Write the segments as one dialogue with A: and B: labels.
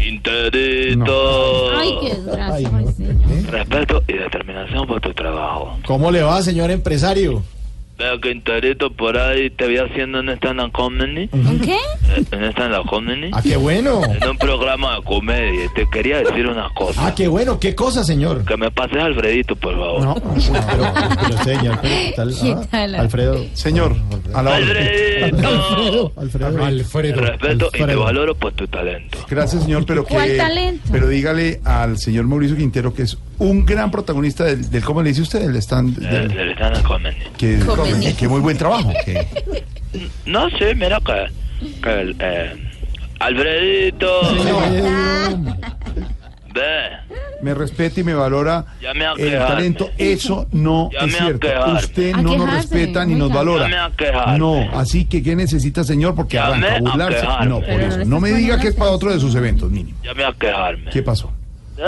A: Interito.
B: Ay, qué durazo.
C: Ay,
B: ay,
C: no,
B: sí.
C: ¿eh?
A: Respeto y determinación por tu trabajo.
C: ¿Cómo le va, señor empresario?
A: Veo que Interito por ahí te vi haciendo en esta en la comedy.
B: ¿Un qué?
A: eh, En esta en la comedy.
C: Mm. Ah, qué bueno.
A: En un programa de comedia. Te quería decir una
C: Ah,
A: cosa.
C: qué bueno. ¿Qué cosa, señor?
A: Que me pases a Alfredito, por favor.
C: No, uy, pero, pero, señor, pero, ¿qué tal?
B: ¿Qué
C: Ah,
B: tal?
C: Alfredo.
D: Señor, a la orden.
A: Alfredito.
C: Alfredo.
A: Te
E: Alfredo.
A: respeto y te
C: Alfredo.
A: valoro por tu talento. eh,
D: Gracias, señor, pero que.
B: ¿Cuál talento?
D: Pero dígale al señor Mauricio Quintero que es un gran protagonista del, del- ¿cómo le dice usted? Del stand.
A: Eh,
D: Del,
A: Del stand up comedy.
D: que,
B: Comedy.
D: que muy buen trabajo. que-
A: No sé, mira que. que el, eh, Alfredito. Ve.
D: me respeta y me valora
A: Ya me va a
D: el
A: quejarme.
D: talento. Eso no
A: Ya me
D: es
A: va a
D: cierto.
A: quejarme.
D: Usted
B: A
D: no nos
B: quejarse,
D: respeta ni
B: muy
D: nos
B: bien.
A: Ya me va
D: valora.
A: a quejarme.
D: No, así que ¿qué necesita, señor? Porque
A: Ya me
D: arranca a
A: va a
D: burlarse.
A: quejarme.
D: No, por
B: Pero no
D: eso.
B: le
D: No me
B: estás
D: diga que es
B: poniendo
D: para
B: atención.
D: otro de sus eventos, mínimo.
A: Ya me voy a quejarme.
D: ¿Qué pasó?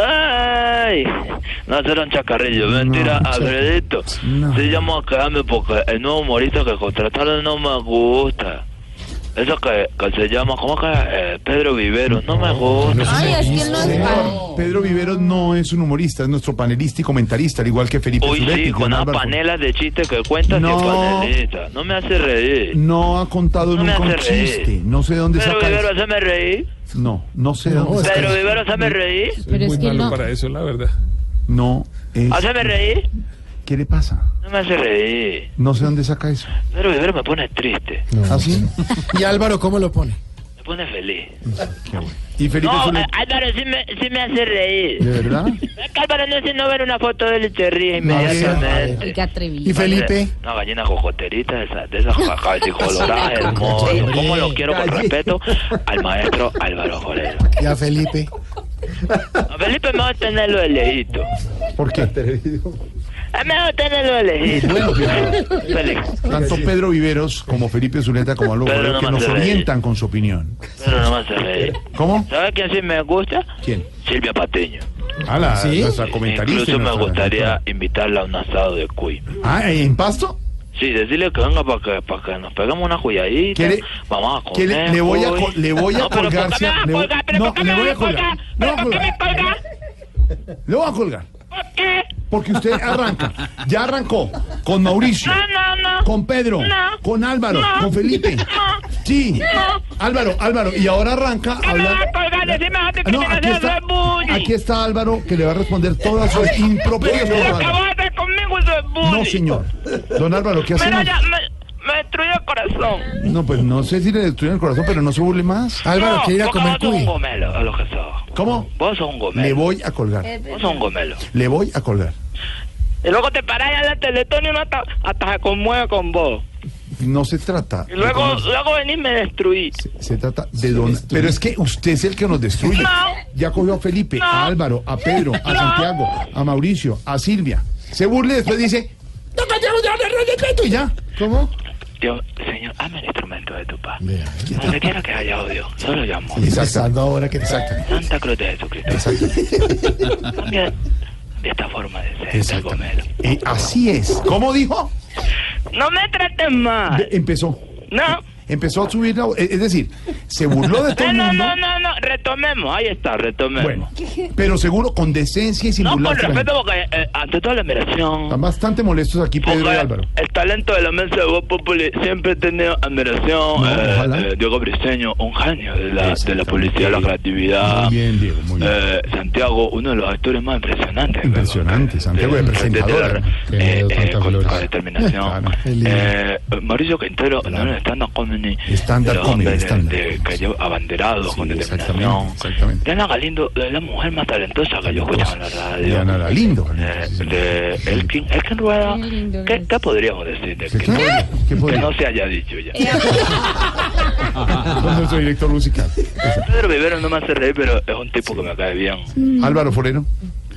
A: ¡Ay! No será un chacarrillo, mentira,
D: No,
A: Alfredito.
D: no.
A: Sí, llamo a quejarme porque el nuevo humorista que contrataron no me gusta. Eso que, que se llama, ¿cómo que? Eh, Pedro Viveros, no me gusta.
B: Ay, es que él no es pan.
D: Señor, Pedro Viveros no es un humorista, es nuestro panelista y comentarista, al igual que Felipe
A: Uy,
D: Zuleta y
A: sí, con
D: Juan
A: una
D: Álvaro.
A: panela de chistes que cuentas
D: No.
A: y panelita. No me hace reír.
D: No ha contado
A: No me
D: nunca un
A: hace reír.
D: chiste. No sé de dónde
A: Pedro
D: saca eso.
A: Viveros, ¿haceme reír?
D: No, no sé de
C: No,
D: dónde
C: es
D: saca
A: Pedro
D: eso.
A: Viveros, ¿haceme reír?
B: Pero es
E: muy
B: que
E: malo
B: no.
E: para eso, la verdad.
D: No. es-
A: ¿Haceme reír?
D: ¿Qué le pasa?
A: No me hace reír.
D: No sé dónde saca eso. ¿Ah,
A: Pedro Viveros me pone triste,
D: ¿Así?
E: ¿Y Álvaro cómo lo pone?
A: me pone feliz.
D: Y Felipe
A: No, eh,
D: Zuleta.
A: Álvaro sí me, sí me hace reír.
D: ¿De verdad?
A: Es que Álvaro no sé no ver una foto de él y te ríe
B: Ay,
A: inmediatamente.
B: qué atrevido.
E: Felipe?
A: Una gallina cocoterita de esas, de esas cacas y coloradas, hermoso. ¿Cómo lo quiero con respeto al maestro Álvaro Forero?
E: ¿Y a Felipe?
A: A Felipe me va a tenerlo de lejito. Ah,
D: ¿Por qué?
A: Es mejor tenerlo de lejito. Félix,
D: Tanto Pedro Viveros como Felipe Zuleta como Álvaro
A: Pedro
D: Forero que
A: no me
D: nos
A: hace reír.
D: orientan con su opinión.
A: pero no me hace reír.
D: ¿Cómo?
A: ¿Sabes quién sí me gusta?
D: ¿Quién?
A: Silvia Patiño.
D: Ah, la,
E: ¿Sí?
D: nuestra
A: Incluso
D: comentarista. y
A: me
D: nuestra-
A: gustaría invitarla a un asado de cuy.
D: Ah, ¿en pasto?
A: Sí, decirle que venga para que, para que nos peguemos una joyadita.
D: ¿Qué le-
A: Vamos a
D: qué
A: comer.
D: le- le voy a
A: uy.
D: co- le voy a
A: no, pero
D: colgar,
A: ¿por qué
D: sí,
A: me vas a
D: le voy-
A: colgar? ¿Pero
D: no,
A: por qué
D: le
A: me
D: voy
A: vas
D: a
A: a colgar?
D: colgar.
A: ¿Pero
D: No, pues.
A: por qué me
D: colgar.
A: colgas?
D: Lo va a colgar.
A: ¿Por qué?
D: Porque usted arranca. Ya arrancó. Con Mauricio.
A: No, no, no.
D: Con Pedro.
A: No.
D: Con Álvaro.
A: No.
D: Con Felipe. Sí. Álvaro, Álvaro. Y ahora arranca
A: ¿Qué me vas a
D: hablando.
A: colgar? Decime dónde que
D: No,
A: me
D: aquí
A: haces
D: está,
A: bullying.
D: aquí está Álvaro que le va a responder todas sus improperios.
A: Pero
D: don Álvaro.
A: acabaste conmigo, eso es bullying.
D: No, señor. Don Álvaro, ¿qué hace?
A: Mira, ya me, me destruyó el corazón.
D: No, pues no sé si le destruyen el corazón, pero no se burle más.
E: Álvaro
A: no,
E: quiere ir a comer
A: Vos sos un
E: cuy.
A: gomelo, a lo que sos.
D: ¿Cómo?
A: Vos sos un
D: Le
A: gomelo.
D: voy a colgar.
A: Vos sos un gomelo.
D: Le voy a colgar.
A: Y luego te parás allá en la teletón y uno hasta, hasta se conmueve con vos.
D: No se trata.
A: Y luego,
D: de-
A: luego venís y me destruís.
D: Se, se trata de don. Pero es que usted es el que nos destruye.
A: No.
D: Ya cogió a Felipe, a Álvaro, a Pedro, a Santiago, a Mauricio, a Silvia. Se burla y después dice. No me llevo ya de respeto", y ya. ¿Cómo?
A: Dios, señor, hazme el instrumento de tu paz.
D: ¿eh?
E: Vea.
A: Donde quiera que haya odio, solo llamo.
E: Empezando ahora que exacto.
A: Santa Cruz de Jesucristo. Cambia de esta forma de ser, este gomelo.
D: Eh, así es. ¿Cómo dijo?
A: No me trates
D: De-
A: mal.
D: empezó.
A: No.
D: Empezó a subir la. eh, Es decir, se burló de todo
A: No,
D: el
A: no,
D: mundo.
A: no, no, no, retomemos, ahí está, retomemos.
D: Bueno, pero seguro con decencia y sin
A: no, con
D: burlarse. a la gente.
A: respeto, porque eh, ante toda la admiración,
D: Están bastante molestos aquí Pedro y
A: porque
D: Álvaro.
A: el talento de la mesa de Voz Populi siempre he tenido admiración.
D: No,
A: eh,
D: ojalá.
A: eh, Diego Briseño, un genio de la, de la
D: Exactamente.
A: publicidad, la creatividad.
D: Muy bien, Diego, muy bien.
A: Eh, Santiago, uno de los actores más impresionantes.
D: Impresionante,
A: creo,
D: Santiago de presentador.
A: de-
E: Genio
A: eh,
E: de
A: eh,
E: tantas
A: con
E: flores.
A: con determinación.
D: Claro.
A: Eh, Mauricio Quintero, no, no, stand-up comedy.
D: Stand-up
A: de los
D: comedy,
A: hombres de-
D: stand-up.
A: de- Que lleva abanderado
D: Sí,
A: con determinación.
D: exactamente, exactamente.
A: Diana Galindo, eh, la mujer más talentosa que yo he escuchado en la radio.
D: Diana Galindo.
A: Eh, de Elkin, Elkin Rueda,
B: Qué lindo,
A: ¿qué,
B: gracias.
A: qué podríamos decir de
D: Sí,
A: Elkin Rueda?
D: claro. ¿Qué
A: Que
B: Eh,
D: podría-
A: no se haya dicho ya.
D: con nuestro director musical.
A: Pedro Vivero no me hace reír, pero es un tipo que me cae bien.
D: Álvaro Forero.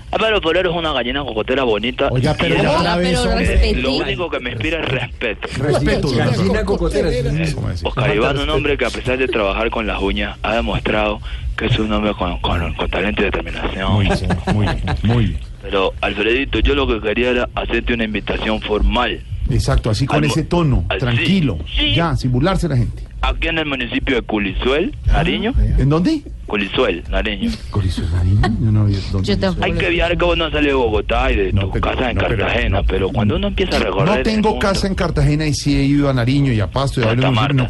A: Álvaro Forero es una gallina cocotera bonita.
C: Oiga, pero
A: y
C: la
A: ella-
C: clave
F: pero
C: son-
A: eh,
F: respetí.
A: lo único que me inspira es respeto. Eh,
D: Respeto, don Álvaro.
B: Gallina cocotera.
D: ¿Cómo decir?
A: Oscar Iván, un hombre que a pesar de trabajar con las uñas, ha demostrado que es un hombre con, con- con talento y determinación.
D: Muy bien, muy bien, muy bien.
A: Pero, Alfredito, yo lo que quería era hacerte una invitación formal.
D: Exacto, así con
A: Algo-
D: ese tono,
A: así.
D: tranquilo,
A: Sí.
D: ya, sin burlarse la gente.
A: Aquí en el municipio de Culisuel,
D: Ah,
A: Nariño.
D: ¿En dónde?
A: Culisuel, Nariño.
D: Corizos, Nariño, yo no había- ¿dónde
F: Yo
D: es?
F: tampoco.
A: Hay que viajar que vos no sales de Bogotá y de
D: No,
A: tu
D: pero-
A: casa en
D: no, pero-
A: Cartagena,
D: no.
A: pero cuando uno empieza a recorrer.
D: No tengo casa en Cartagena y sí he ido a Nariño y a Pasto y a
A: Santa
D: varios municipios, no
A: Marta.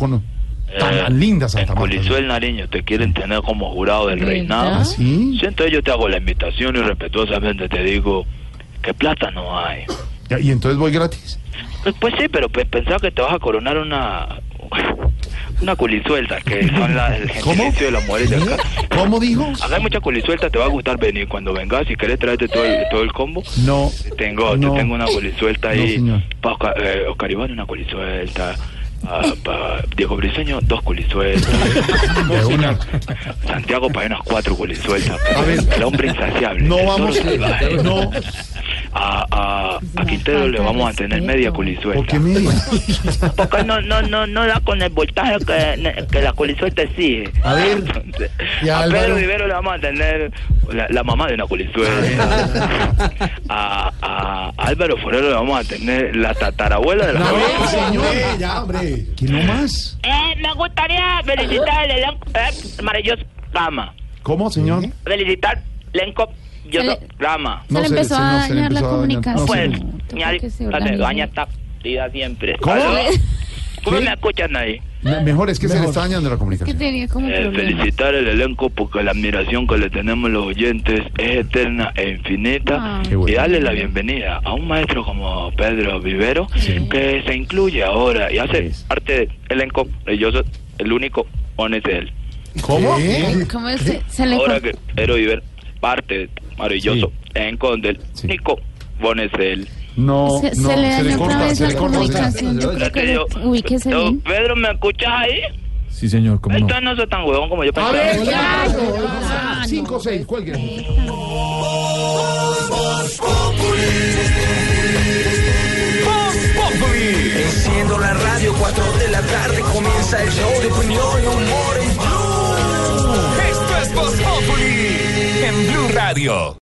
D: conozco. Tan
A: Eh,
D: tan linda Santa
A: en
D: Marta.
A: Culisuel, Nariño, te quieren tener como jurado del
F: ¿Verdad?
A: reinado.
F: ¿Ah?
D: ¿Sí?
A: Sí, entonces yo te hago la invitación y respetuosamente te digo que plata no hay.
D: Ya, ¿Y entonces voy gratis?
A: Pues, pues sí, pero pues, pensaba que te vas a coronar una una culisuelta, que son la, el
D: ¿Cómo?
A: gentilicio de las mujeres de acá.
D: ¿Eh? ¿Cómo dijo?
A: Acá hay mucha culisuelta, te va a gustar venir cuando vengas, si quieres traerte todo el, todo el combo.
D: No.
A: Tengo,
D: No.
A: te tengo una culisuelta
D: No,
A: ahí.
D: señor.
A: Pa' Oscar, eh, Oscar Iván, una culisuelta. Ah, pa' Diego Briseño, dos culisueltas.
D: De una.
A: Santiago para unas cuatro culisueltas.
D: A ver.
A: El hombre insaciable.
D: No
A: El toro
D: vamos.
A: salvaje.
D: No.
A: A, a, a Quintero le
F: Falta
A: vamos a
F: respeto.
A: tener media
D: ¿Por
A: culisuelta.
D: qué media?
A: Porque no, no, no, no da con el voltaje que, que la colisuelta exige.
D: A ver, y a
A: a,
D: Álvaro.
A: Pedro Rivero le vamos a tener la, la mamá de una colisuelta. A, a Álvaro Forero le vamos a tener la tatarabuela de la
D: A
A: colisuelta.
D: ver, señor.
C: Hombre, ya, hombre.
D: ¿Qué no más?
A: Eh, me gustaría felicitar el elenco eh, maravilloso Gama.
D: ¿Cómo, señor?
A: ¿Eh? Felicitar elenco yo
F: Ele-
A: Gama.
F: Se le empezó a
D: señor, se le
F: dañar la
D: empezó a dañar.
F: comunicación.
D: No,
A: Pues,
D: señor.
F: Toca
A: mi ari-
F: Ah, que se
A: la
F: organice.
A: daña está tida siempre.
D: ¿Cómo?
A: ¿Aló? ¿Cómo
D: ¿Sí?
A: me escuchan ahí?
D: Me- Mejor es que se
C: Mejor.
D: le está dañando la
F: Que
D: comunicación.
F: tenía como
A: Eh,
F: problemas.
A: felicitar el elenco porque la admiración que le tenemos los oyentes es eterna e infinita
F: Ah.
D: Qué bueno.
A: y darle la bienvenida a un maestro como Pedro Vivero que se incluye ahora y hace
D: Sí.
A: arte de elenco y yo soy el único honesto de él.
D: ¿Cómo?
F: ¿Cómo se, se le
A: Ahora
F: cortó?
A: que Pedro Vivero parte de maravilloso elenco del
D: Sí.
A: único honesto de él.
D: No,
F: se,
D: no,
F: se le dañó otra
D: corta,
F: vez
D: se
F: la
D: le corta.
F: comunicación. Yo creo que
A: Yo-
F: lo- ubíquese
A: yo-
F: bien.
A: Pedro, ¿me escuchas ahí?
G: Sí, señor, cómo no.
A: Entonces no soy tan huevón como yo
D: A
A: pensaba.
D: ver, ya. Cinco, seis, cuelguen.
H: Enciendo la radio, 4 de la tarde comienza el show de opinión y humor en Blue. Esto es Voz Populi en Blue Radio.